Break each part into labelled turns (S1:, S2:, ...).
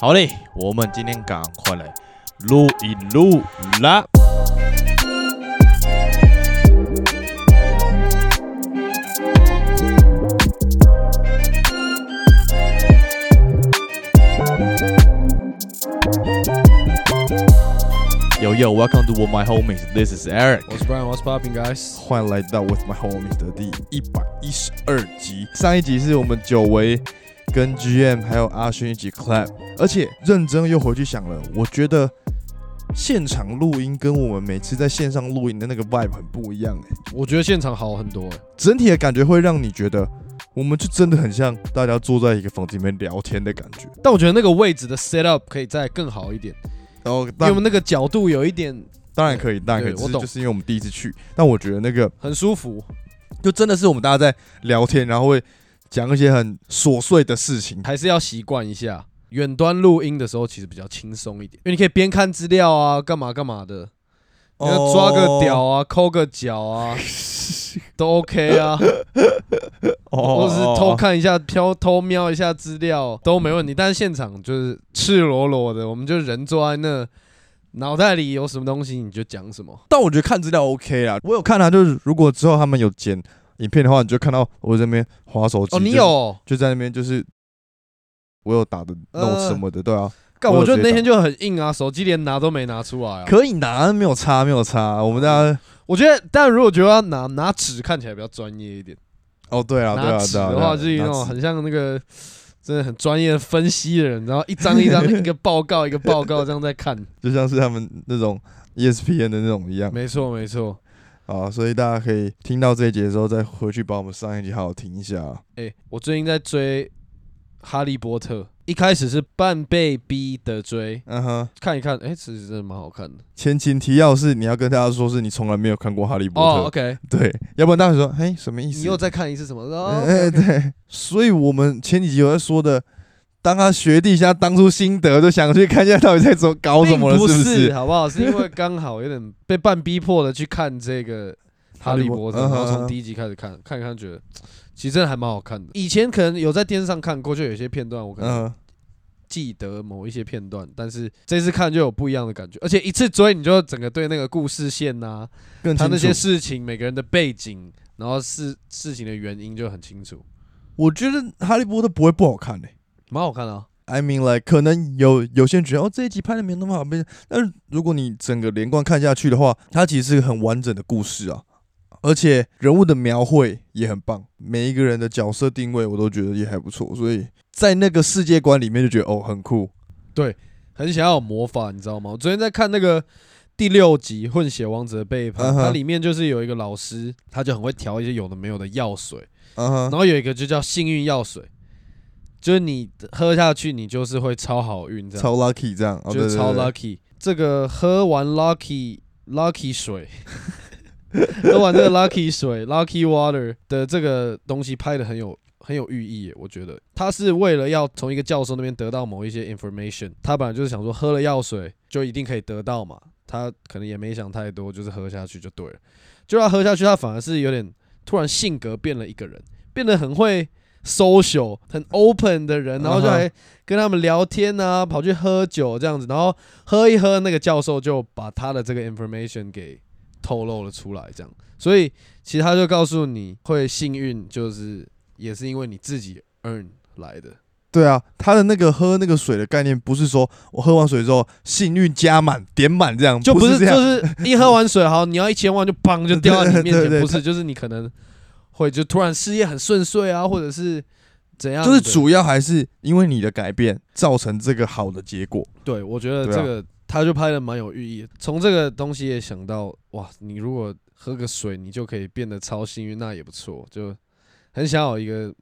S1: 好嘞，我们今天赶快来录一录啦！Yo yo, welcome to With My Homies. This is Eric.
S2: What's Brian? What's popping, guys？
S3: 欢迎来到 With My Homies 的第一百一十二集。上一集是我们久违跟 GM 还有阿勋一起 clap，而且认真又回去想了，我觉得现场录音跟我们每次在线上录音的那个 vibe 很不一样诶、欸
S2: 我觉得现场好很多、欸，
S3: 整体的感觉会让你觉得我们就真的很像大家坐在一个房间里面聊天的感觉。
S2: 但我觉得那个位置的 set up 可以再更好一点，
S3: 然后
S2: 因为
S3: 哦当
S2: 我们那个角度有一点
S3: 当然可以，当然可以，
S2: 对
S3: 只
S2: 我
S3: 是
S2: 懂
S3: 就是因为我们第一次去，但我觉得那个
S2: 很舒服。
S3: 就真的是我们大家在聊天，然后会讲一些很琐碎的事情。
S2: 还是要习惯一下。远端录音的时候其实比较轻松一点，因为你可以边看资料啊，干嘛干嘛的，
S3: 哦
S2: 你要抓个屌 啊，抠个脚啊，都 OK 啊，
S1: 哦
S2: 或
S3: 哦
S2: 者是偷看一下、飘偷瞄一下资料都没问题。但是现场就是赤裸裸的，我们就人坐在那，脑袋里有什么东西你就讲什么。
S3: 但我觉得看资料 OK 啦，我有看啊，就是如果之后他们有剪影片的话，你就看到我这边划手机，
S2: 哦，你
S3: 就是
S2: 有？
S3: 就在那边就是我有打的 note
S2: 呃
S3: 什么的，对啊，
S2: 干，
S3: 我有
S2: 我觉得
S3: 直接
S2: 那天就很硬啊，手机连拿都没拿出来啊。
S3: 可以拿，没有差，没有差，我们大家
S2: 我觉得，但如果觉得要拿拿纸看起来比较专业一点。
S3: 哦，对啊，对
S2: 拿
S3: 啊，
S2: 纸
S3: 对啊，
S2: 的
S3: 对啊
S2: 话，就是那种
S3: 拿纸
S2: 很像那个真的很专业的分析的人，然后一张一张一个报告一个报告这样在 看。
S3: 就像是他们那种 E ESPN 的那种一样
S2: 没错没错，
S3: 啊，所以大家可以听到这一节的时候，再回去把我们上一集好好听一下啊。
S2: 哎，我最近在追《哈利波特》，一开始是半被逼的追，
S3: 嗯哼，
S2: 看一看，哎，其实真的蛮好看的。
S3: 前情提要是你要跟大家说，是你从来没有看过《哈利波特》
S2: 哦，OK，
S3: 对，要不然大家说，嘿，什么意思？
S2: 你又再看一次什么？
S3: 哎、
S2: 哦
S3: 哎对， 所以我们前几集有在说的，当他学弟一下当初心得，就想去看一下到底在做搞什么了，
S2: 并不
S3: 是不
S2: 是
S3: 是？
S2: 好不好？是因为刚好有点被半逼迫的去看这个《哈利波特》，
S3: 嗯
S2: 然
S3: 哼
S2: 后从第一集开始看，看一看觉得其实真的还蛮好看的。以前可能有在电视上看过，就有一些片段我可能
S3: 嗯，
S2: 记得某一些片段，但是这次看就有不一样的感觉，而且一次追你就整个对那个故事线呐、
S3: 更
S2: 他
S3: 清
S2: 那
S3: 楚
S2: 些。事情、每个人的背景，然后事事情的原因就很清楚，
S3: 我觉得《哈利波特》不会不好看诶、
S2: 蛮好看的、啊。
S3: I mean like，可能有有些人觉得哦这一集拍的没有那么好，没有，但是如果你整个连贯看下去的话，它其实是个很完整的故事啊，而且人物的描绘也很棒，每一个人的角色定位我都觉得也还不错，所以在那个世界观里面就觉得哦很酷，
S2: 很想要有魔法，你知道吗？我昨天在看那个第六集《混血王子的背叛》
S3: 嗯哼
S2: 它里面就是有一个老师，他就很会调一些有的没有的药水，
S3: 嗯哼
S2: 然，后有一个就叫幸运药水，就是你喝下去，你就是会超好运，这样
S3: 超 lucky 这样，哦、
S2: 就是
S3: 对
S2: 超。
S3: 对对
S2: lucky。这个喝完 lucky lucky 水， 喝完这个 lucky 水 lucky water 的这个东西拍的很有很有寓意耶，我觉得他是为了要从一个教授那边得到某一些 information，他本来就是想说喝了药水就一定可以得到嘛，他可能也没想太多，就是喝下去就对了。就他喝下去，他反而是有点突然性格变了一个人，变得很会 social、很 open 的人，然后就还跟他们聊天啊，跑去喝酒这样子，然后喝一喝，那个教授就把他的这个 information 给透露了出来，这样，所以其实他就告诉你会幸运，就是也是因为你自己 earn 来的，
S3: 对啊，他的那个喝那个水的概念，不是说我喝完水之后幸运加满点满 这样，
S2: 就
S3: 不
S2: 不
S3: 这
S2: 是就
S3: 样。
S2: 是一喝完水好，你要一千万就砰就掉在你面
S3: 对对
S2: 前，
S3: 对
S2: 不是，就是你可能会就突然事业很顺遂啊，或者是怎样的，
S3: 就是主要还是因为你的改变造成这个好的结果，
S2: 对，我觉得
S3: 对啊
S2: 这个、他就拍的蛮有寓意的。从这个东西也想到，哇，你如果喝个水，你就可以变得超幸运，那也不错。就很想有一个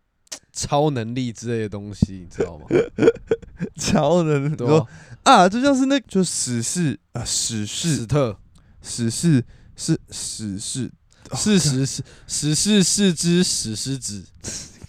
S2: 超能力之类的东西，你知 道吗？
S3: 超人
S2: 对吧
S3: 说？啊，就像是那就史事啊，史
S2: 史
S3: 事
S2: 特，
S3: 史事是史事，哦
S2: 事实是史是是之史诗子，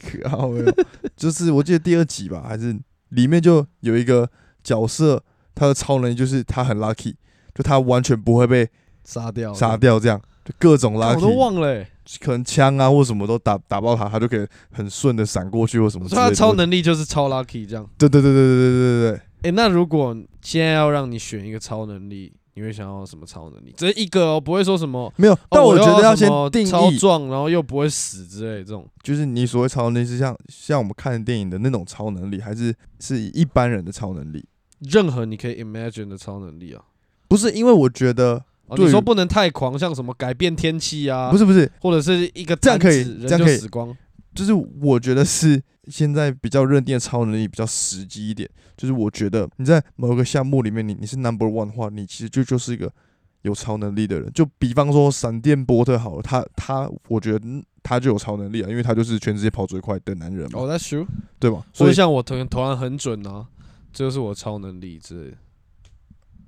S3: 可好哟， 就是我记得第二集吧，还是里面就有一个角色，他的超能力就是他很 lucky，就他完全不会被
S2: 杀掉，
S3: 杀，掉这样，就各种
S2: 我都
S3: lucky。
S2: 忘了、欸。
S3: 可能枪啊或什么都打打爆他，他就可以很顺的闪过去或什么之
S2: 所以
S3: 类
S2: 他
S3: 的。
S2: 超能力就是超 lucky 这样。
S3: 对，对对对对对对对对，
S2: 诶，那如果现在要让你选一个超能力，你会想要什么超能力？只是一个哦，不会说什么。
S3: 没有，但
S2: 哦
S3: 我觉得
S2: 要
S3: 先
S2: 什么
S3: 定
S2: 超
S3: 义，
S2: 壮，然后又不会死之类的这种。
S3: 就是你所谓超能力是像像我们看的电影的那种超能力，还是是一般人的超能力？
S2: 任何你可以 imagine 的超能力啊。
S3: 不是，因为我觉得
S2: 哦、
S3: 对
S2: 你
S3: 于
S2: 说不能太狂，像什么改变天气啊，
S3: 不
S2: 是，
S3: 是不是，
S2: 或者是一个
S3: 这样
S2: 弹
S3: 可以
S2: 指人
S3: 这样
S2: 就
S3: 可以
S2: 死光。
S3: 就是我觉得是现在比较认定的超能力比较实际一点，就是我觉得你在某个项目里面你你是 number one 的话，你其实就就是一个有超能力的人。就比方说闪电波特好了，他他我觉得嗯他就有超能力啊，因为他就是全世界跑最快的男人嘛，
S2: 哦、t h a t s true。
S3: 对吧？
S2: 所
S3: 所
S2: 以
S3: 以
S2: 像我投投篮很准啊，这就是我超能力之类的。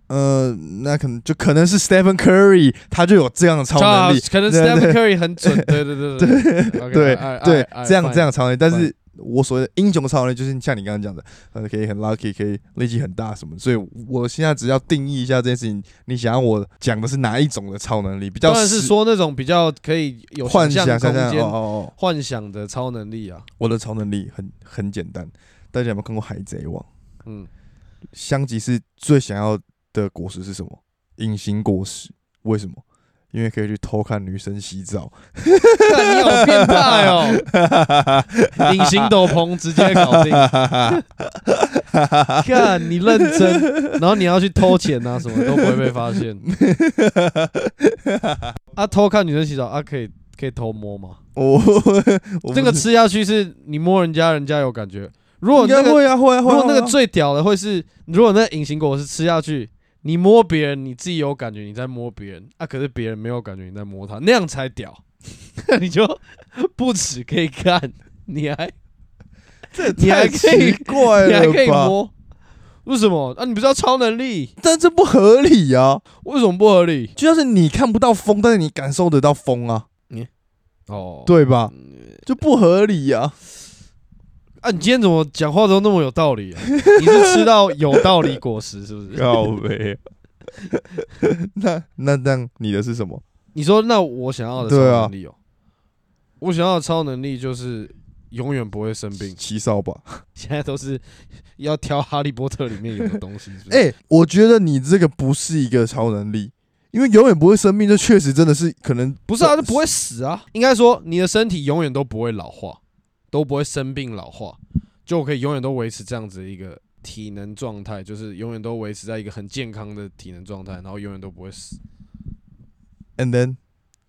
S3: 呃，那可能就可能是 Stephen Curry，他就有这样的超能力
S2: 啊，可能
S3: 对
S2: Stephen
S3: 对
S2: Curry 很准，对对对对
S3: 对对，
S2: 对
S3: 这样这，
S2: OK，I- I- I-
S3: 样
S2: fine
S3: 的超能力，但是我所谓的英雄超能力，就是像你刚刚讲的，呃，可以很 lucky，可以力气很大什么，所以我现在只要定义一下这件事情，你想要我讲的是哪一种的超能力，比较
S2: 当然是
S3: 实
S2: 说那种比较可以有
S3: 幻
S2: 想
S3: 想
S2: 象
S3: 想想哦
S2: 空间、
S3: 哦哦，
S2: 幻想的超能力啊。
S3: 我的超能力很很简单，大家有没有看过《海贼王》？
S2: 嗯，
S3: 香吉士最想要的果实是什么？隐形果实，为什么？因为可以去偷看女生洗澡，
S2: 干你好变 态哦！ 隐形斗篷直接搞 定，看你认真，然后你要去偷钱啊，什么都不会被发 现。啊，偷看女生洗澡啊，可以可以偷摸吗？
S3: 我我
S2: 这个
S3: 不是
S2: 吃下去是你摸人家，人家有感觉。如果
S3: 应该
S2: 那个
S3: 会啊 会啊
S2: 如
S3: 会啊，
S2: 果那
S3: 会
S2: 个
S3: 啊
S2: 最屌的会是，如果那隐形果是吃下去，你摸别人，你自己有感觉，你在摸别人啊，可是别人没有感觉，你在摸他，那样才屌。 你就不止可以看，你还
S3: 这也
S2: 你
S3: 太
S2: 还可以
S3: 奇怪了
S2: 你还可以
S3: 吧
S2: 摸，为什么？啊，你不是要超能力？
S3: 但这不合理啊！
S2: 为什么不合理？
S3: 就像是你看不到风，但是你感受得到风啊，
S2: 哦，
S3: 对吧？
S2: 嗯
S3: 就不合理啊！
S2: 啊，你今天怎么讲话都那么有道理、啊？你是吃到有道理果实是不是？
S3: 靠呗。 那那这样你的是什么？
S2: 你说那我想要的超
S3: 对啊
S2: 能力哦、我想要的超能力就是永远不会生病。
S3: 七少吧？
S2: 现在都是要挑《哈利波特》里面有的东西，是不是
S3: 哎、我觉得你这个不是一个超能力，因为永远不会生病，这确实真的是可能
S2: 不是啊，就不会死啊。应该说你的身体永远都不会老化，都不会生病老化，就可以永远都维持这样子的一个体能状态，就是永远都维持在一个很健康的体能状态，然后永远都不会死。
S3: ，and then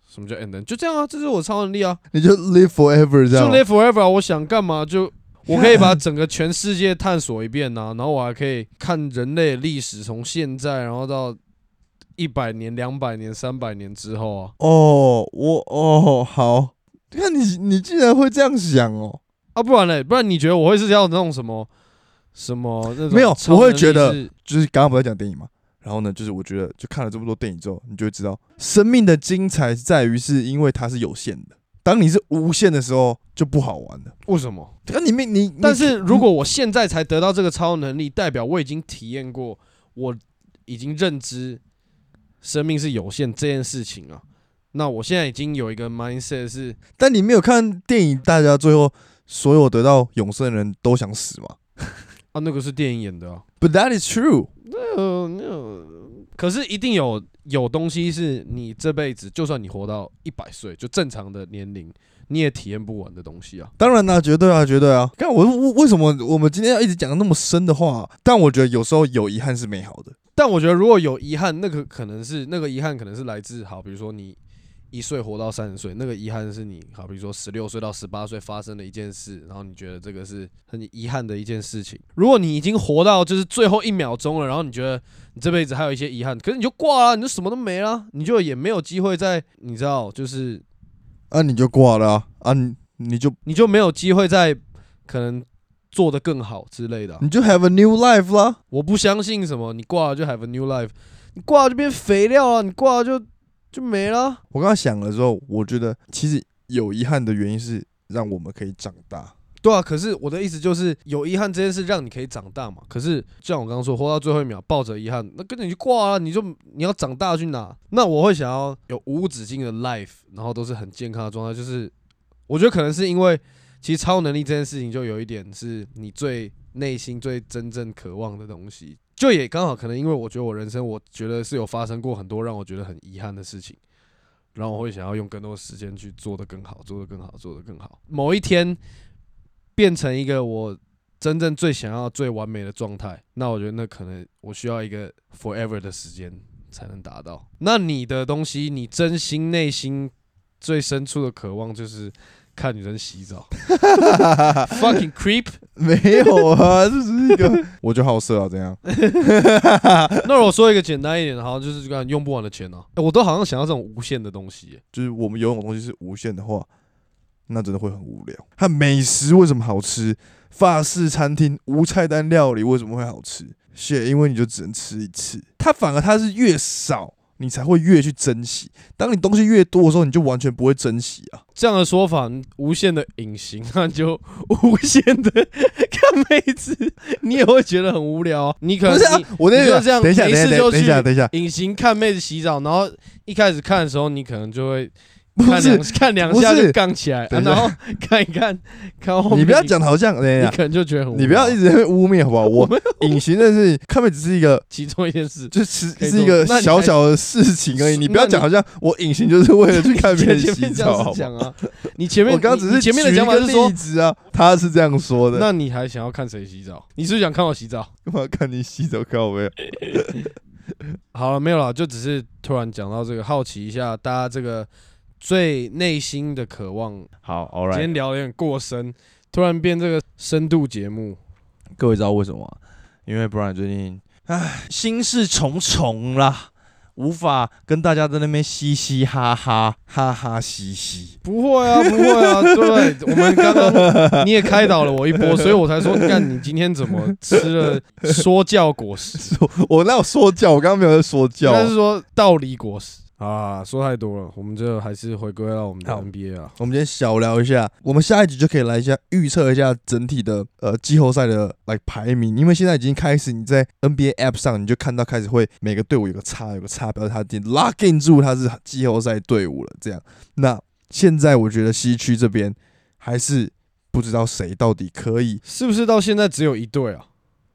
S2: 什么叫 end？就这样啊，这是我超能力啊，
S3: 你就 live forever 这
S2: 就
S3: 样
S2: live forever 啊，我想干 嘛就。我可以把整个全世界探索一遍啊呐、然后我还可以看人类历史，从现在然后到一百年、两百年、三百年之后啊，
S3: 哦，我哦好，看你你竟然会这样想哦，
S2: 啊，不然嘞，不然你觉得我会是要那种什么什么那种？
S3: 没有我会觉得就是刚刚不是在讲电影嘛，然后呢，就是我觉得就看了这么多电影之后，你就会知道生命的精彩在于是因为它是有限的，当你是无限的时候就不好玩了。
S2: 为什么？
S3: 可你没你，你
S2: 但是如果我现在才得到这个超能力，代表我已经体验过，我已经认知生命是有限这件事情啊。那我现在已经有一个 mindset 是，
S3: 但你没有看电影，大家最后所有得到永生的人都想死嘛
S2: 啊，那个是电影演的、啊，
S3: ？But that is true。
S2: 呃，那可是一定有有东西是你这辈子，就算你活到一百岁，就正常的年龄，你也体验不完的东西啊。
S3: 当然啦、绝对啊，绝对啊。看我我为什么我们今天要一直讲得那么深的话？啊但我觉得有时候有遗憾是美好的。
S2: 但我觉得如果有遗憾，那个可能是那个遗憾可能是来自好，比如说你一岁活到三十岁，那个遗憾是你好，比如说十六岁到十八岁发生的一件事，然后你觉得这个是很遗憾的一件事情。如果你已经活到就是最后一秒钟了，然后你觉得你这辈子还有一些遗憾，可是你就挂了，你就什么都没了，你就也没有机会在你知道就是
S3: 啊，你就挂了啊，啊你你就
S2: 你就没有机会在可能做得更好之类的啊、
S3: 你就 have a new life 啦。
S2: 我不相信什么，你挂了就 have a new life，你挂了就变肥料了，你挂了就就没了。啊
S3: 我刚刚想了之后，我觉得其实有遗憾的原因是让我们可以长大。
S2: 对啊，可是我的意思就是，有遗憾这件事让你可以长大嘛。可是就像我刚刚说，活到最后一秒抱着遗憾，那跟着你就挂啊，你就你要长大去哪？那我会想要有无止境的 life，然后都是很健康的状态。就是我觉得可能是因为其实超能力这件事情就有一点是你最内心最真正渴望的东西。就也刚好可能因为我觉得我人生我觉得是有发生过很多让我觉得很遗憾的事情，然后我会想要用更多时间去做得更好，做得更好，做得更好。某一天变成一个我真正最想要、最完美的状态，那我觉得那可能我需要一个 forever 的时间才能达到。那你的东西，你真心内心最深处的渴望就是看女生 洗澡，fucking creep。
S3: 没有啊，这只是一个， 我就好色啊，怎样？
S2: 那我说一个简单一点的，好像就是这个用不完的钱哦、欸我都好像想要这种无限的东西耶、
S3: 就是我们有一种东西是无限的话，那真的会很无聊。它美食为什么好吃？法式餐厅无菜单料理为什么会好吃？是因为你就只能吃一次。它反而它是越少，你才会越去珍惜。当你东西越多的时候，你就完全不会珍惜啊。
S2: 这样的说法，无限的隐形，那就无限的 看妹子，你也会觉得很无聊、啊。你可能
S3: 不是啊
S2: 你，
S3: 我那
S2: 你
S3: 个
S2: 就这样
S3: 等一下，等
S2: 没
S3: 一
S2: 事
S3: 下，
S2: 就
S3: 等一下，
S2: 去
S3: 等一下，
S2: 隐形看妹子洗澡，然后一开始看的时候，你可能就会
S3: 不
S2: 看
S3: 是
S2: 两，看两
S3: 不
S2: 下
S3: 是
S2: 就杠起来，啊
S3: 等一下
S2: 然后看一看， 看后面
S3: 你不要，讲的好像，等一
S2: 你
S3: 下，
S2: 可能就觉得很无聊，
S3: 你不要一直在那边污蔑好不好？我
S2: 们
S3: 隐形的是看妹只是一个，
S2: 其中一件事，
S3: 就是
S2: 可以
S3: 是一
S2: 做
S3: 个
S2: 那你还
S3: 小小的事情而已。你不要
S2: 那你
S3: 讲好像我隐形就是为了去 看别人
S2: 前
S3: 洗
S2: 面这样
S3: 澡，好
S2: 子
S3: 不好
S2: 讲啊，你前 面
S3: 我刚刚
S2: 你
S3: 只是
S2: 你前面的
S3: 举
S2: 讲法
S3: 一
S2: 就
S3: 个
S2: 是说
S3: 例，子啊，他是这样说的。
S2: 那你还想要看谁洗澡？你是不是想看我洗澡？
S3: 干 嘛看你洗澡看我没有？
S2: 好了，没有了，就只是突然讲到这个，好奇一下大家这个最内心的渴望。
S1: 好，All
S2: 今
S1: right，
S2: 天聊得有点过深，突然变这个深度节目，
S3: 各位知道为什么吗？因为 Brian 最近唉心事重重啦，无法跟大家在那边嘻嘻哈哈哈哈嘻嘻。
S2: 不会啊，不会啊， 对不对？我们刚刚你也开导了我一波，所以我才说，干你今天怎么吃了说教果 实？
S3: 我那有说教，我刚刚没有在说教
S2: 应
S3: 啊。
S2: 该是说道理果实啊，说太多了，我们这还是回归到我们的
S3: 好
S2: NBA 啊。
S3: 我们今天小聊一下，我们下一集就可以来一下预测一下整体的呃季后赛的来排名，因为现在已经开始你在 NBA App 上你就看到开始会每个队伍有个差有个差标，它已经 lock in 住它是季后赛队伍了。这样，那现在我觉得西区这边还是不知道谁到底可以，
S2: 是不是到现在只有一对啊？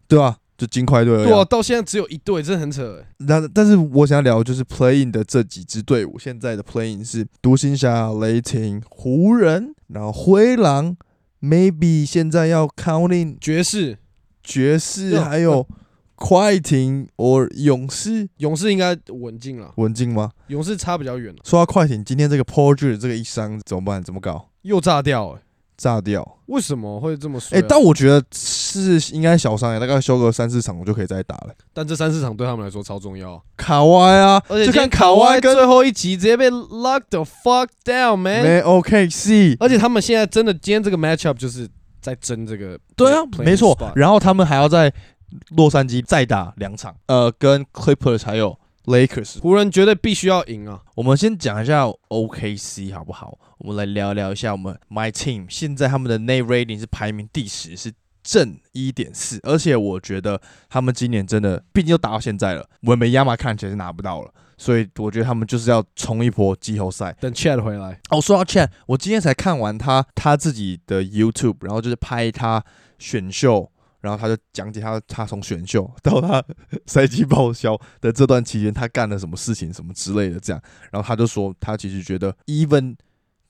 S3: 对吧、就金块队而已
S2: 对
S3: 啊、
S2: 啊，到现在只有一对，真的很扯、欸。
S3: 那但是我想要聊的就是 Playing 的这几支队伍，现在的 Playing 是独行侠、雷霆、湖人，然后灰狼，maybe 现在要 counting
S2: 爵士、
S3: 爵士，
S2: 嗯
S3: 还有快艇 or 勇士，
S2: 勇士应该稳进了，
S3: 稳进吗？
S2: 勇士差比较远了，
S3: 说到快艇，今天这个 p o r g e 这个一伤怎么办？怎么搞？
S2: 又炸掉、欸，
S3: 炸掉！
S2: 为什么会这么啊说、
S3: 哎、但我觉得是应该小伤，大概休个三四场我就可以再打了。
S2: 但这三四场对他们来说超重要啊、
S3: 卡哇啊，
S2: 而且
S3: 就
S2: 今天
S3: 看
S2: 卡
S3: 卡
S2: 哇
S3: 哇跟
S2: 最后一集直接被 lock the fuck down man。
S3: 没 OKC，
S2: 而且他们现在真的，今天这个 matchup 就是在争这个 play-
S3: 对啊
S2: playing，spot。
S3: 没错。然后他们还要在洛杉矶再打两场，呃，跟 Clippers 还有 Lakers。
S2: 湖人绝对必须要赢啊！
S3: 我们先讲一下 OKC 好不好？我们来聊聊一下我们 My Team 现在他们的 Net Rating 是排名第十，是正一点四，而且我觉得他们今年真的，毕竟都打到现在了，文梅亚马看起来是拿不到了。所以我觉得他们就是要冲一波季后赛。
S2: 等 Chat 回来，
S3: 哦，说到 Chan，我今天才看完他他自己的 YouTube，然后就是拍他选秀，然后他就讲解他他从选秀 到他赛季报销的这段期间，他干了什么事情什么之类的这样。然后他就说，他其实觉得 even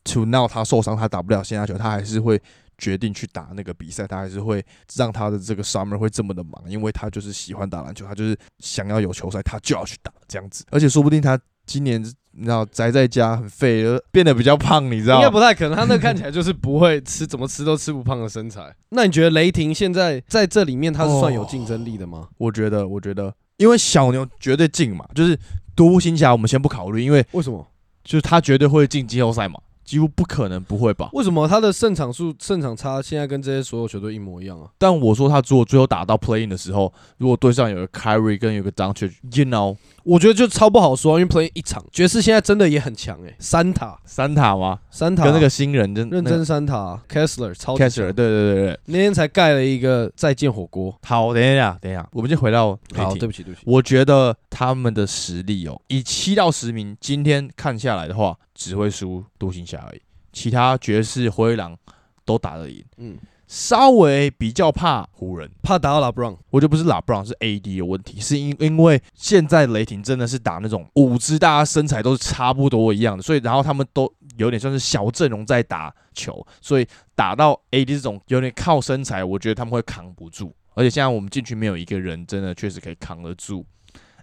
S3: to now 他受伤，他打不了线下球，他还是会决定去打那个比赛，他还是会让他的这个 summer 会这么的忙，因为他就是喜欢打篮球，他就是想要有球赛，他就要去打这样子。而且说不定他今年你知道宅在家很废，而变得比较胖，你知
S2: 应
S3: 道
S2: 该
S3: 吗？
S2: 不太可能。他那看起来就是不会吃，怎么吃都吃不胖的身材。那你觉得雷霆现在在这里面他是算有竞争力的吗？
S3: 我觉得，我觉得，因为小牛绝对进嘛，就是独行侠我们先不考虑，因为
S2: 为什么？
S3: 就是他绝对会进季后赛嘛，几乎不可能不会吧。
S2: 为什么他的胜场数、胜场差现在跟这些所有球队一模一样啊？
S3: 但我说他如果最后打到 play in 的时候，如果对上有个 Kyrie 跟有个 d u n c h you know
S2: 我觉得就超不好说啊、因为 play 一场，爵士现在真的也很强诶、欸三塔，
S3: 三塔吗？
S2: 三塔
S3: 跟那个新人真
S2: 认真三塔、Kessler 啊超级
S3: c a t c h e
S2: 强
S3: r 对对对对。
S2: 那天才盖了一个再见火锅。
S3: 好，等一下，等一下，我们先回到雷
S2: 好，
S3: 霆
S2: 对。不起，对不起，
S3: 我觉得他们的实力哦，以七到十名今天看下来的话，只会输独行侠而已，其他爵士、灰狼都打得赢。
S2: 嗯，
S3: 稍微比较怕湖人，
S2: 怕打到拉布朗，
S3: 我就不是拉布朗是 AD 的问题，是因因为现在雷霆真的是打那种五支大家身材都是差不多一样的，所以然后他们都有点像是小阵容在打球，所以打到 AD 这种有点靠身材，我觉得他们会扛不住。而且现在我们禁区没有一个人真的确实可以扛得住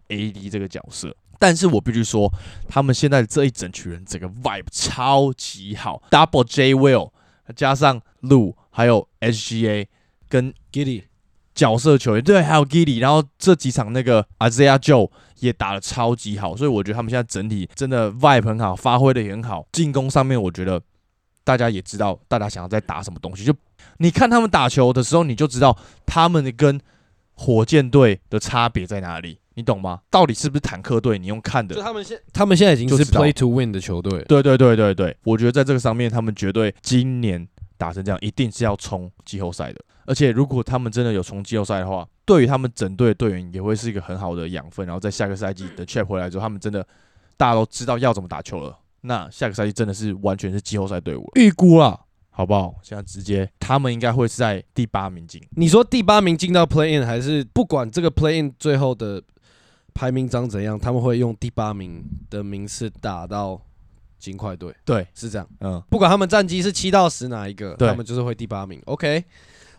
S3: AD 这个角色。但是我必须说，他们现在这一整群人整个 vibe 超级好，Double J Will 加上 Lu 还有 SGA 跟
S2: Giddy
S3: 角色球员，对，还有 Giddy，然后这几场那个 Isaiah Joe 也打得超级好，所以我觉得他们现在整体真的 vibe 很好，发挥的也很好，进攻上面我觉得大家也知道大家想要在打什么东西，就你看他们打球的时候，你就知道他们跟火箭队的差别在哪里，你懂吗？到底是不是坦克队？你用看的
S2: 就，他们现他们现在已经
S3: 就是知道
S2: play to win 的球队，
S3: 对对对对对，我觉得在这个上面，他们绝对今年打成这样，一定是要冲季后赛的。而且如果他们真的有冲季后赛的话，对于他们整队的队员也会是一个很好的养分。然后在下个赛季的 c h a p 回来之后，他们真的大家都知道要怎么打球了。那下个赛季真的是完全是季后赛队伍了，预估啊，好不好？现在直接他们应该会是在第八名进。
S2: 你说第八名进到 play in，还是不管这个 play in 最后的排名长怎样，他们会用第八名的名次打到金块队，
S3: 对，
S2: 是这样。
S3: 嗯，
S2: 不管他们战绩是七到十哪一个，
S3: 对
S2: 他们就是会第八名。OK，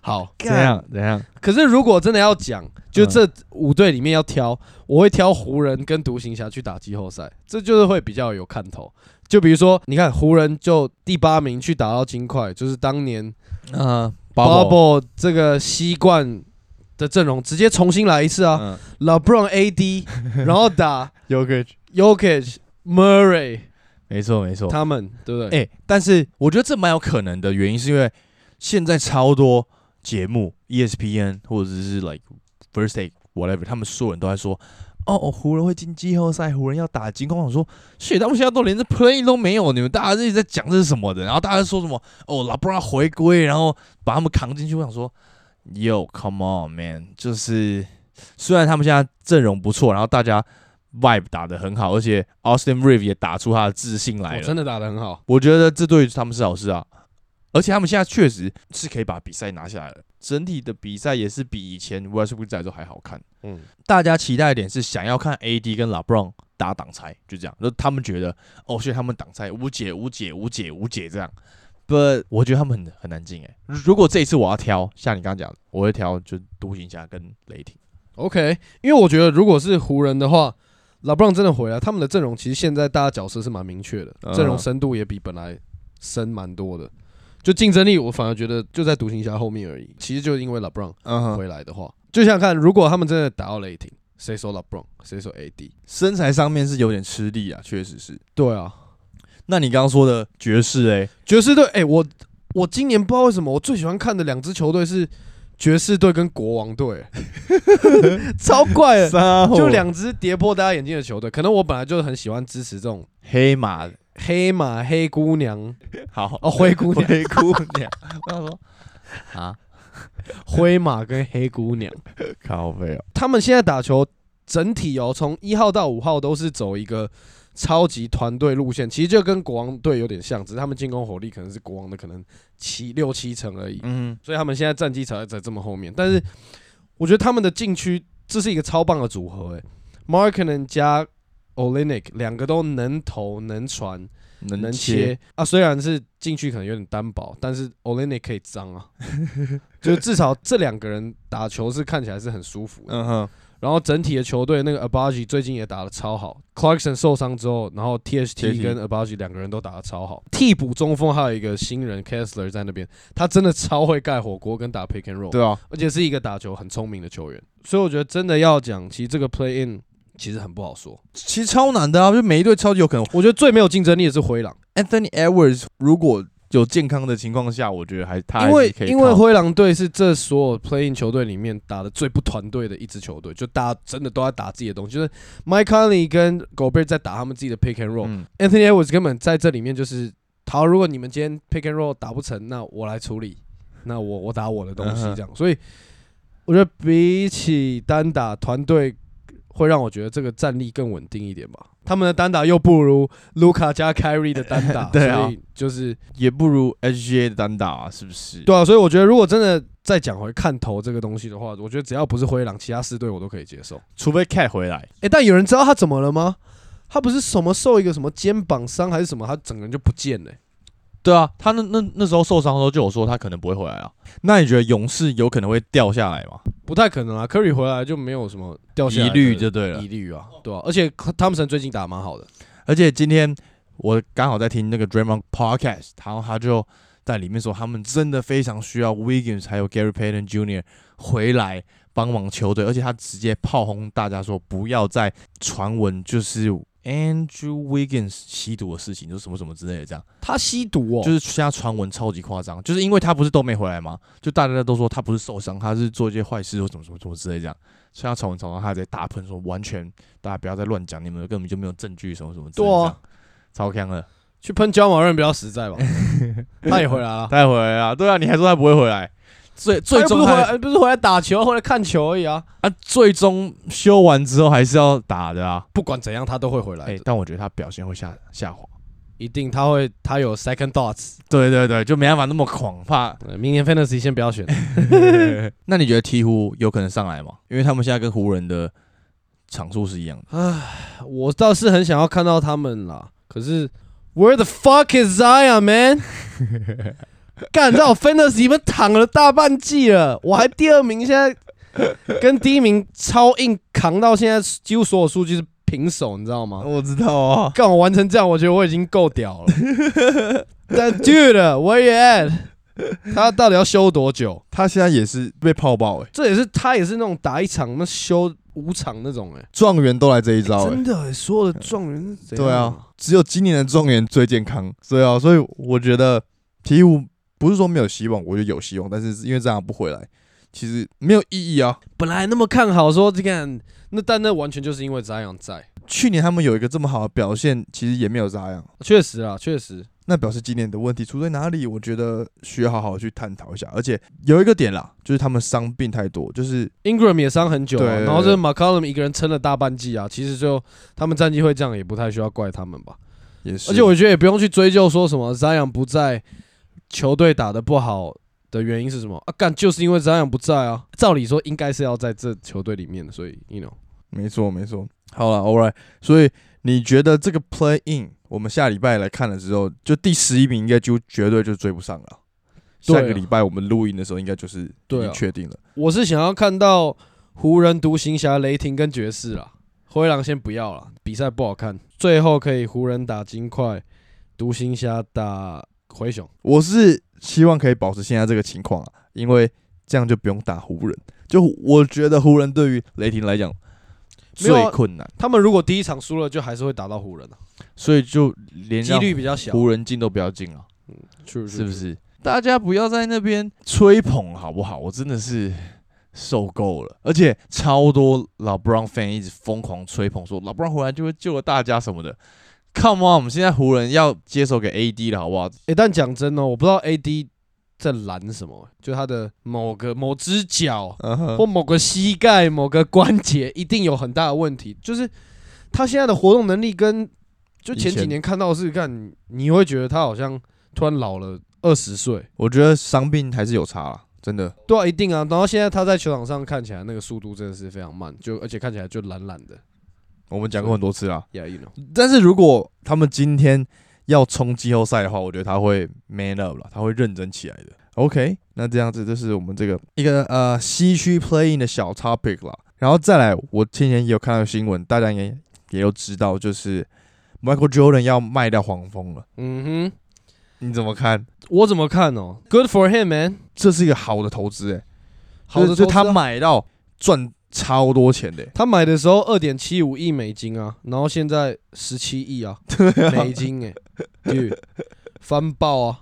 S2: 好。
S3: 怎样怎样？
S2: 可是如果真的要讲，就
S3: 嗯
S2: 这五队里面要挑，我会挑湖人跟独行侠去打季后赛，这就是会比较有看头。就比如说，你看湖人就第八名去打到金块，就是当年
S3: 嗯
S2: Bubble 这个西冠的阵容直接重新来一次啊、
S3: 嗯
S2: l e b r o n AD，然后打
S3: 有个
S2: Jokic、Murray
S3: 没错没错，
S2: 他们，对不对？
S3: 哎、但是我觉得这蛮有可能的原因，是因为现在超多节目，ESPN E 或者是 like First Take whatever，他们所有人都在说，哦，哦湖人会进季后赛，湖人要打金块。我想说，shit，他们现在都连这 play 都没有，你们大家一直在讲这是什么的，然后大家说什么，哦，拉布拉回归，然后把他们扛进去。我想说，Yo，come on man，就是虽然他们现在阵容不错，然后大家 vibe 打得很好，而且 Austin Reeve 也打出他的自信来
S2: 我
S3: 了。
S2: 哦真的打得很好，
S3: 我觉得这对于他们是好事啊，而且他们现在确实是可以把比赛拿下来了，整体的比赛也是比以前 Westbrook 在的时候还好看。
S2: 嗯，
S3: 大家期待的点是想要看 AD 跟 LeBron 打挡拆，就这样，就他们觉得哦，所以他们挡拆无解无解无解无解这样。But 我觉得他们很很难进诶、欸如果这一次我要挑，像你刚刚讲的，我会挑就独行侠跟雷霆。
S2: OK，因为我觉得如果是湖人的话，老布朗真的回来，他们的阵容其实现在大家角色是蛮明确的，
S3: 嗯
S2: 阵容深度也比本来深蛮多的。就竞争力，我反而觉得就在独行侠后面而已。其实就因为 LeBron
S3: 嗯
S2: 回来的话，就想想看，如果他们真的打到雷霆，谁守 LeBron，谁守 AD？
S3: 身材上面是有点吃力啊，确实是。
S2: 对啊，
S3: 那你刚刚说的爵士欸诶、
S2: 爵士队，哎、我我今年不知道为什么，我最喜欢看的两支球队是爵士队跟国王队，哎 超怪的，
S3: 三
S2: 呃就两支跌破大家眼镜的球队。可能我本来就很喜欢支持这种
S3: 黑马
S2: 黑马、黑姑娘、
S3: 好
S2: 哦灰姑娘
S3: 灰姑 娘，我想说啊，
S2: 灰马跟黑姑娘。
S3: 咖啡哦，
S2: 他们现在打球整体哦，从一号到五号都是走一个超级团队路线，其实就跟国王队有点像，只是他们进攻火力可能是国王的可能七六七成而已。
S3: 嗯，
S2: 所以他们现在战绩才在这么后面。但是我觉得他们的禁区这是一个超棒的组合、欸，m a r k 能加 Olenek 两个都能投能传
S3: 能
S2: 能
S3: 切
S2: 切啊，虽然是禁区可能有点单薄，但是 Olenek 可以脏 啊，就至少这两个人打球是看起来是很舒服的。
S3: 嗯哼，
S2: 然后整体的球队那个 Abaji 最近也打得超好，Clarkson 受伤之后，然后 THT
S3: THT
S2: 跟 Abaji 两个人都打得超好。替补中锋还有一个新人 Kessler 在那边，他真的超会盖火锅跟打 pick and roll，
S3: 对啊，
S2: 而且是一个打球很聪明的球员。所以我觉得真的要讲，其实这个 play in 其实很不好说。
S3: 其实超难的啊，就每一队超级有可能。
S2: 我觉得最没有竞争力的是灰狼，
S3: Anthony Edwards 如果有健康的情况下，我觉得还他还
S2: 因
S3: 是
S2: 为
S3: 可以
S2: 因为
S3: 靠
S2: 灰狼队是这所有 play in 球队里面打的最不团队的一支球队，就大家真的都在打自己的东西，就是 Mike Conley 跟 Gobert 在打他们自己的 pick and roll。
S3: 嗯
S2: Anthony Edwards 根本在这里面就是，好，如果你们今天 pick and roll 打不成，那我来处理，那我我打我的东西
S3: 嗯哼
S2: 这样。所以我觉得比起单打团队，会让我觉得这个战力更稳定一点吧。他们的单打又不如卢卡加凯瑞的单 打，
S1: 对啊
S2: 所以就是
S1: 也不如 SGA 的单打、啊，是不是？
S2: 对啊，所以我觉得如果真的再讲回看头这个东西的话，我觉得只要不是灰狼，其他四队我都可以接受。
S1: 除非 Cat 回来，
S2: 诶，但有人知道他怎么了吗？他不是什么受一个什么肩膀伤还是什么，他整个人就不见了、
S1: 对啊，他那那那时候受伤的时候就有说他可能不会回来啊。那你觉得勇士有可能会掉下来吗？
S2: 不太可能啊。科里回来就没有什么掉下来
S1: 疑
S2: 的
S1: 虑就对了
S2: 疑。虑啊，对啊，而且汤姆森最近打得蛮好的，
S1: 而且今天我刚好在听那个 Draymond podcast，然后他就在里面说，他们真的非常需要 Wiggins 还有 Gary Payton Jr. 回来帮忙球队，而且他直接炮轰大家说，不要再传闻就是 Andrew Wiggins 吸毒的事情，就什么什么之类的这样。
S2: 他吸毒哦，
S1: 就是现在传闻超级夸张，就是因为他不是都没回来吗？就大家都说他不是受伤，他是做一些坏事或怎么怎么怎么之类这样。所以他传闻传到他在大喷说，完全大家不要再乱讲，你们根本就没有证据什么什么之类的这样，
S2: 对啊
S1: 超强的。
S2: 去喷焦毛人比较实 在吧。他也回来了，
S1: 他也回来啊，对啊，你还说他不会回来，最最
S2: 他又不
S1: 终
S2: 是回
S1: 他
S2: 来，不是回来打球，回来看球而已啊。
S1: 啊，最终修完之后还是要打的啊。
S2: 不管怎样，他都会回来
S1: 哎、
S2: 的，
S1: 但我觉得他表现会下下滑。
S2: 一定他会，他有 second thoughts。
S1: 对对对，就没办法那么狂怕。
S2: 呃明年 fantasy 先不要选，
S1: 那你觉得鹈鹕有可能上来吗？因为他们现在跟湖人的场数是一样的。
S2: 我倒是很想要看到他们啦。可是 Where the fuck is Zion man？干到 fantasy 们躺了大半季了，我还第二名，现在跟第一名超硬扛到现在，几乎所有数据是平手，你知 道吗？
S3: 我知道啊，
S2: 干我完成这样，我觉得我已经够屌了。 但 dude，where you at？他到底要休多久？
S3: 他现在也是被泡爆哎、
S2: 这也是他也是那种打一场那休五场那种哎、
S3: 状元都来这一招哎、
S2: 真的、欸，所有的状元是怎样
S3: 对啊，只有今年的状元最健康，对啊，所以我觉得鹈鹕不是说没有希望，我觉得有希望，但是因为这样不回来，其实没有意义啊。
S2: 本来那么看好说这个，那但那完全就是因为 Zion 在，
S3: 去年他们有一个这么好的表现，其实也没有咋样。
S2: 确实啊，确实，
S3: 那表示今年的问题出在哪里？我觉得需要好好去探讨一下。而且有一个点啦，就是他们伤病太多，就是
S2: Ingram 也伤很久、啊，
S3: 对对对
S2: 然后这 McCollum 一个人撑了大半季啊，其实就他们战绩会这样，也不太需要怪他们吧。
S3: 也是，
S2: 而且我觉得也不用去追究说什么 Zion 不在，球队打得不好的原因是什么啊？干就是因为 Zion 不在啊，照理说应该是要在这球队里面的，所以 you know
S3: 没错没错。好了，All right，所以你觉得这个 Play In，我们下礼拜来看了之后，就第十一名应该就绝对就追不上了。
S2: 对啊
S3: 下个礼拜我们录音的时候，应该就是已
S2: 对啊
S3: 经确定了。
S2: 我是想要看到湖人、独行侠、雷霆跟爵士啦，灰狼先不要啦，比赛不好看，最后可以湖人打金块，独行侠打灰熊。
S3: 我是希望可以保持现在这个情况啊，因为这样就不用打湖人。就我觉得湖人对于雷霆来讲
S2: 没有啊
S1: 最困难，
S2: 他们如果第一场输了，就还是会打到湖人啊，
S1: 所以就连
S2: 几
S1: 让
S2: 率比较小，
S1: 湖人进都不要进啊，
S2: 是
S1: 是不？是？大家不要在那边吹捧好不好？我真的是受够了，而且超多老 Brown fan 一直疯狂吹捧说老 Brown 回来就会救了大家什么的。Come on，我们现在湖人要接手给 AD 了，好不好？
S2: 哎、但讲真哦，我不知道 AD 在拦什么，就他的某个某只脚
S3: 嗯哼
S2: 或某个膝盖、某个关节一定有很大的问题，就是他现在的活动能力跟就前
S3: 以前
S2: 几年看到的是看，你会觉得他好像突然老了二十岁，
S3: 我觉得伤病还是有差啦，真的。
S2: 对啊，一定啊。然后现在他在球场上看起来那个速度真的是非常慢，就而且看起来就懒懒的
S3: 我们讲过很多次啦。
S2: ，Yeah，you know，
S3: 但是如果他们今天要冲季后赛的话，我觉得他会 man up 了，他会认真起来的。OK，那这样子就是我们这个一个呃西区 playing 的小 topic 啦。然后再来，我今天也有看到新闻，大家应该也有知道，就是 Michael Jordan 要卖掉黄蜂了。
S2: 嗯
S3: 你怎么看？
S2: 哼，我怎么看哦？Good for him, man。
S3: 这是一个好的投资哎、欸，
S2: 好的
S3: 就是
S2: 投
S3: 就
S2: 资
S3: 他
S2: 啊，
S3: 买到赚超多钱的、欸。
S2: 他买的时候二点七五亿美金啊，然后现在十七 亿啊，美金哎、对，翻爆啊！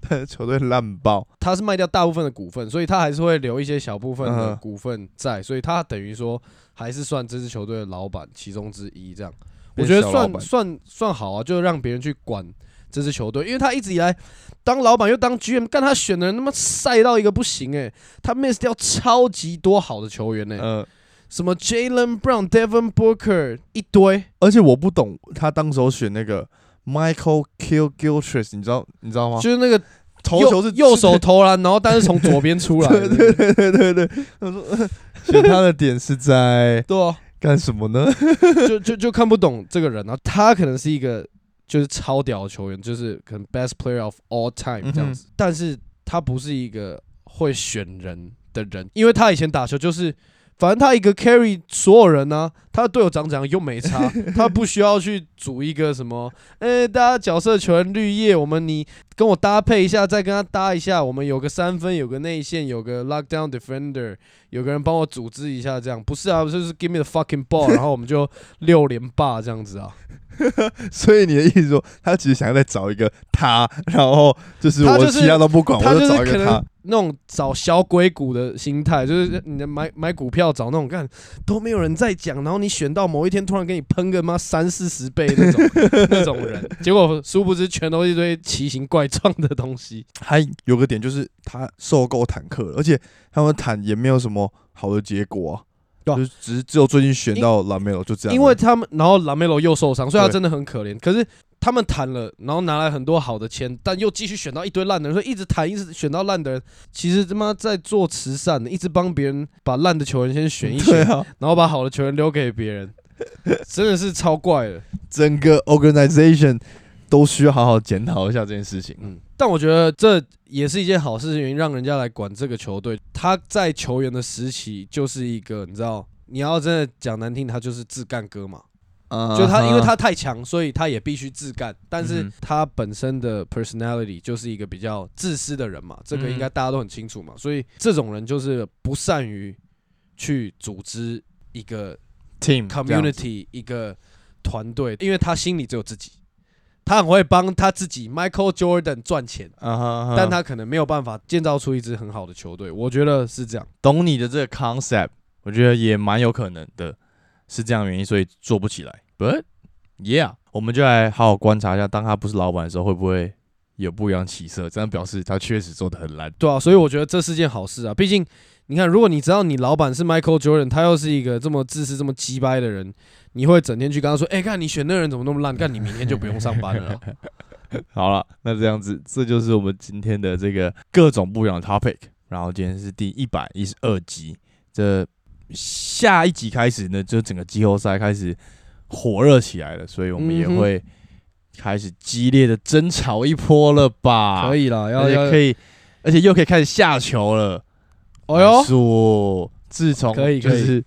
S3: 他的球队烂爆，
S2: 他是卖掉大部分的股份，所以他还是会留一些小部分的
S3: 嗯
S2: 股份在，所以他等于说还是算这支球队的老板其中之一。这样，我觉得
S3: 变小老
S2: 算
S3: 板
S2: 算算好啊，就让别人去管这支球队，因为他一直以来当老板又当 GM，干他欸
S4: 嗯
S2: 选的人他妈晒到一个不行哎、他 miss 掉超级多好的球员呢、
S3: 呃，
S2: 什么 Jalen Brown、Devin Booker 一堆，
S4: 而且我不懂他当时候选那个 Michael Kill Gilchrist，你知道你知道吗？
S2: 就是那个
S4: 投
S2: 右
S4: 球是
S2: 右手投篮，然后但是从左边出来 的
S4: 对对
S2: 那个，
S4: 对对对对，他说呃选他的点是在
S2: 对啊，
S4: 干什么呢？
S2: 就就就看不懂这个人啊，他可能是一个就是超屌的球员，就是可能 best player of all time 这样子，但是他不是一个会选人的人，因为他以前打球就是。反正他一个 carry 所有人呢、他的队友长怎样又没差，他不需要去组一个什么，呃、大家角色球员绿叶，我们你跟我搭配一下，再跟他搭一下，我们有个三分，有个内线，有个 lockdown defender，有个人帮我组织一下，这样不是啊，就是 give me the fucking ball，然后我们就六连霸这样子啊。
S4: 所以你的意思说，他其实想要再找一个他，然后就是
S2: 他
S4: 我
S2: 就是
S4: 其他都不管，
S2: 他
S4: 我
S2: 就是
S4: 找一
S2: 可
S4: 个他
S2: 能。那种找小鬼股的心
S4: 嗯
S2: 态，就是你的买买股票找那种干都没有人在讲，然后你选到某一天突然给你喷个妈三四十倍 那种那种人，结果殊不知全都是一堆奇形怪状的东西。
S4: 还有个点就是他受够坦克了，而且他们坦也没有什么好的结果、啊，
S2: 对啊
S4: 就是只是只有最近选到蓝梅罗就这样而已，啊
S2: 因为他们，然后蓝梅罗又受伤，所以他
S4: 对
S2: 真的很可怜。可是他们谈了，然后拿来很多好的签，但又继续选到一堆烂的人，所以一直谈，一直选到烂的人。其实他妈在做慈善的，一直帮别人把烂的球员先选一
S4: 对
S2: 选，
S4: 啊，
S2: 然后把好的球员留给别人，真的是超怪的。
S4: 整个 organization 都需要好好检讨一下这件事情。
S2: 嗯，但我觉得这也是一件好事情，让人家来管这个球队。他在球员的时期就是一个，你知道，你要真的讲难听，他就是自干哥嘛。
S4: 啊
S2: 就他，因为
S4: 哈
S2: 他太强，所以他也必须自干。但是
S3: 嗯
S2: 他本身的 personality 就是一个比较自私的人嘛，这个应该大家都很清楚嘛。所以这种人就是不善于去组织一个
S3: team 嗯这样
S2: community 一个团队，因为他心里只有自己。他很会帮他自己 Michael Jordan 赚钱，
S4: 啊哈
S3: 嗯
S4: 哈
S2: 但他可能没有办法建造出一支很好的球队。我觉得是这样。
S3: 懂你的这个 concept，我觉得也蛮有可能的，是这样的原因，所以做不起来。But yeah，我们就来好好观察一下，当他不是老板的时候，会不会有不一样起色？这样表示他确实做的很烂。
S2: 对啊，所以我觉得这是件好事啊。毕竟你看，如果你知道你老板是 Michael Jordan，他又是一个这么自私、这么鸡掰的人，你会整天去跟他说：“哎、看你选那人怎么那么烂，看你明天就不用上班了啊。
S3: 好了，那这样子，这就是我们今天的这个各种不一样的 topic。然后今天是第一百一十二集，这下一集开始呢，就整个季后赛开始火热起来了，所以我们也
S2: 嗯哼
S3: 会开始激烈的争吵一波了吧？
S2: 可以啦，要
S3: 而且
S2: 要
S3: 啊可以，而且又可以开始下球了。
S2: 哎呦，
S3: 说自从
S2: 可以
S3: 就
S2: 可以
S3: 是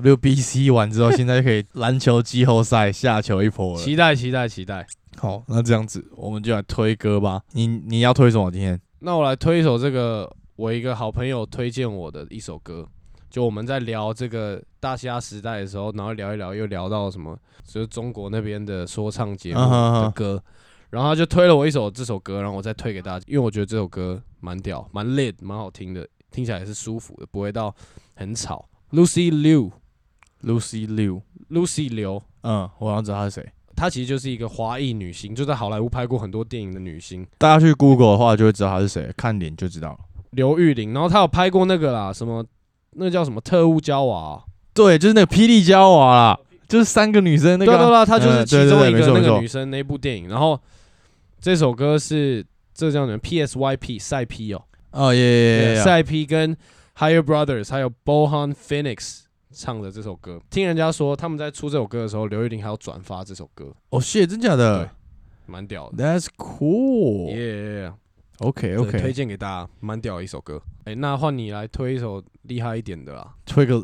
S3: WBC 完之后，现在就可以篮球季后赛下球一波了。
S2: 期待期待期待。
S4: 好，那这样子，
S3: 我们就来推歌吧。你你要推什么？今天
S2: 那我来推一首这个我一个好朋友推荐我的一首歌，就我们在聊这个大虾时代的时候，然后聊一聊又聊到什么，就是中国那边的说唱节目
S3: 啊哈哈
S2: 的歌，然后他就推了我一首这首歌，然后我再推给大家，因为我觉得这首歌蛮屌、蛮 lit、蛮好听的，听起来也是舒服的，不会到很吵。Lucy Liu，Lucy
S3: Lucy Liu，
S2: 刘，
S3: 嗯，我想知道他是谁。
S2: 她其实就是一个华裔女星，就在好莱坞拍过很多电影的女星。
S3: 大家去 Google 的话就会知道他是谁，看脸就知道了。
S2: 刘玉玲，然后她有拍过那个啦，什么那个叫什么特务娇娃啊、
S3: 对，就是那个霹雳娇娃啦，就是三个女生那个
S2: 对啊对
S3: 啊。
S2: 啊，她就是
S3: 嗯
S2: 其
S3: 对对
S2: 中
S3: 对
S2: 一
S3: 没
S2: 个
S3: 错
S2: 那
S3: 没
S2: 个
S3: 错
S2: 女生那部电影。然后这首歌是这叫什么 PSYP 赛 P 哦，
S3: 哦耶耶耶！
S2: 赛 P 跟 Higher Brothers 还有 Bohan Phoenix 唱的这首歌。听人家说他们在出这首歌的时候，刘玉玲还有转发这首歌，
S3: 哦谢，真假的
S2: 蛮屌的。
S3: ？That's
S2: 耶
S3: cool。
S2: 耶耶
S3: OK
S2: 对推
S3: OK，
S2: 荐给大家，蛮屌的一首歌。哎，那换你来推一首厉害一点的啦，
S3: 推个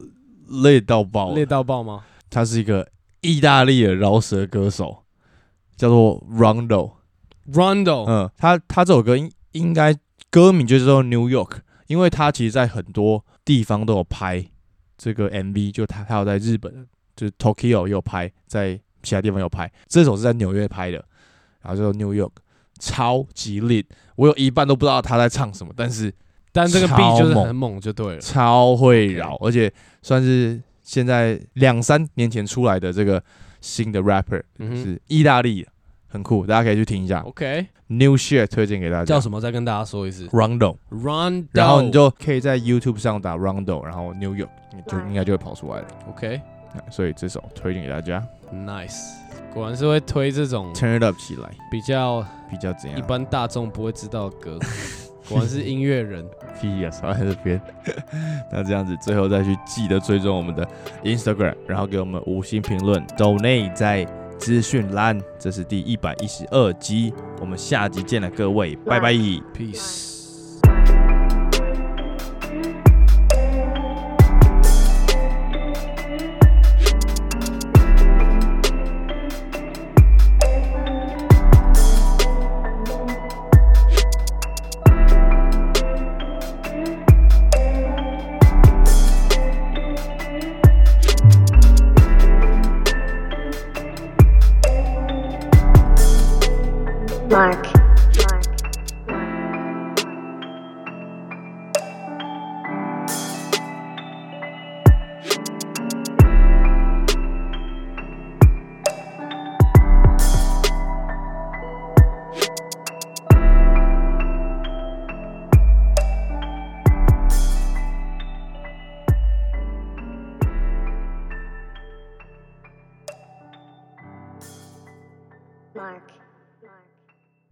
S3: 累到爆了
S2: 累。到爆吗？
S3: 他是一个意大利的饶舌歌手，叫做 Rondo。
S2: Rondo，
S3: 嗯，他他这首歌应应该歌名就叫做 New York，因为他其实在很多地方都有拍这个 MV，就他他有在日本，就是 Tokyo 也有拍，在其他地方有拍。这首是在纽约拍的，然后叫做 New York，超级 lit，我有一半都不知道他在唱什么，但是
S2: 但这个 B
S3: 超
S2: 就是
S3: 猛
S2: 很猛，就对了。
S3: 超会
S2: OK
S3: 饶，而且算是现在两三年前出来的这个新的 rapper，
S2: 嗯哼
S3: 是意大利的很酷，大家可以去听一下。
S2: OK，
S3: New Shit 推荐给大家，
S2: 叫什么？再跟大家说一次
S3: Rondo，
S2: ，Rondo。
S3: 然后你就可以在 YouTube 上打 Rondo，然后 New York 你就应该就会跑出来了。所以这首推荐给大家
S2: OK，Nice，果然是会推这种
S3: ，Turn It Up 起来，
S2: 比较
S3: 比较怎样？
S2: 一般大众不会知道的 歌，果然是音乐人。
S3: 屁呀，少在这边。 那这样子，最后再去记得追踪我们的 Instagram，然后给我们五星评论，Donate 在资讯栏。这是第一百一十二集，我们下集见了各位，拜拜。
S2: Peace。
S5: Mark. Mark. Mark. Mark.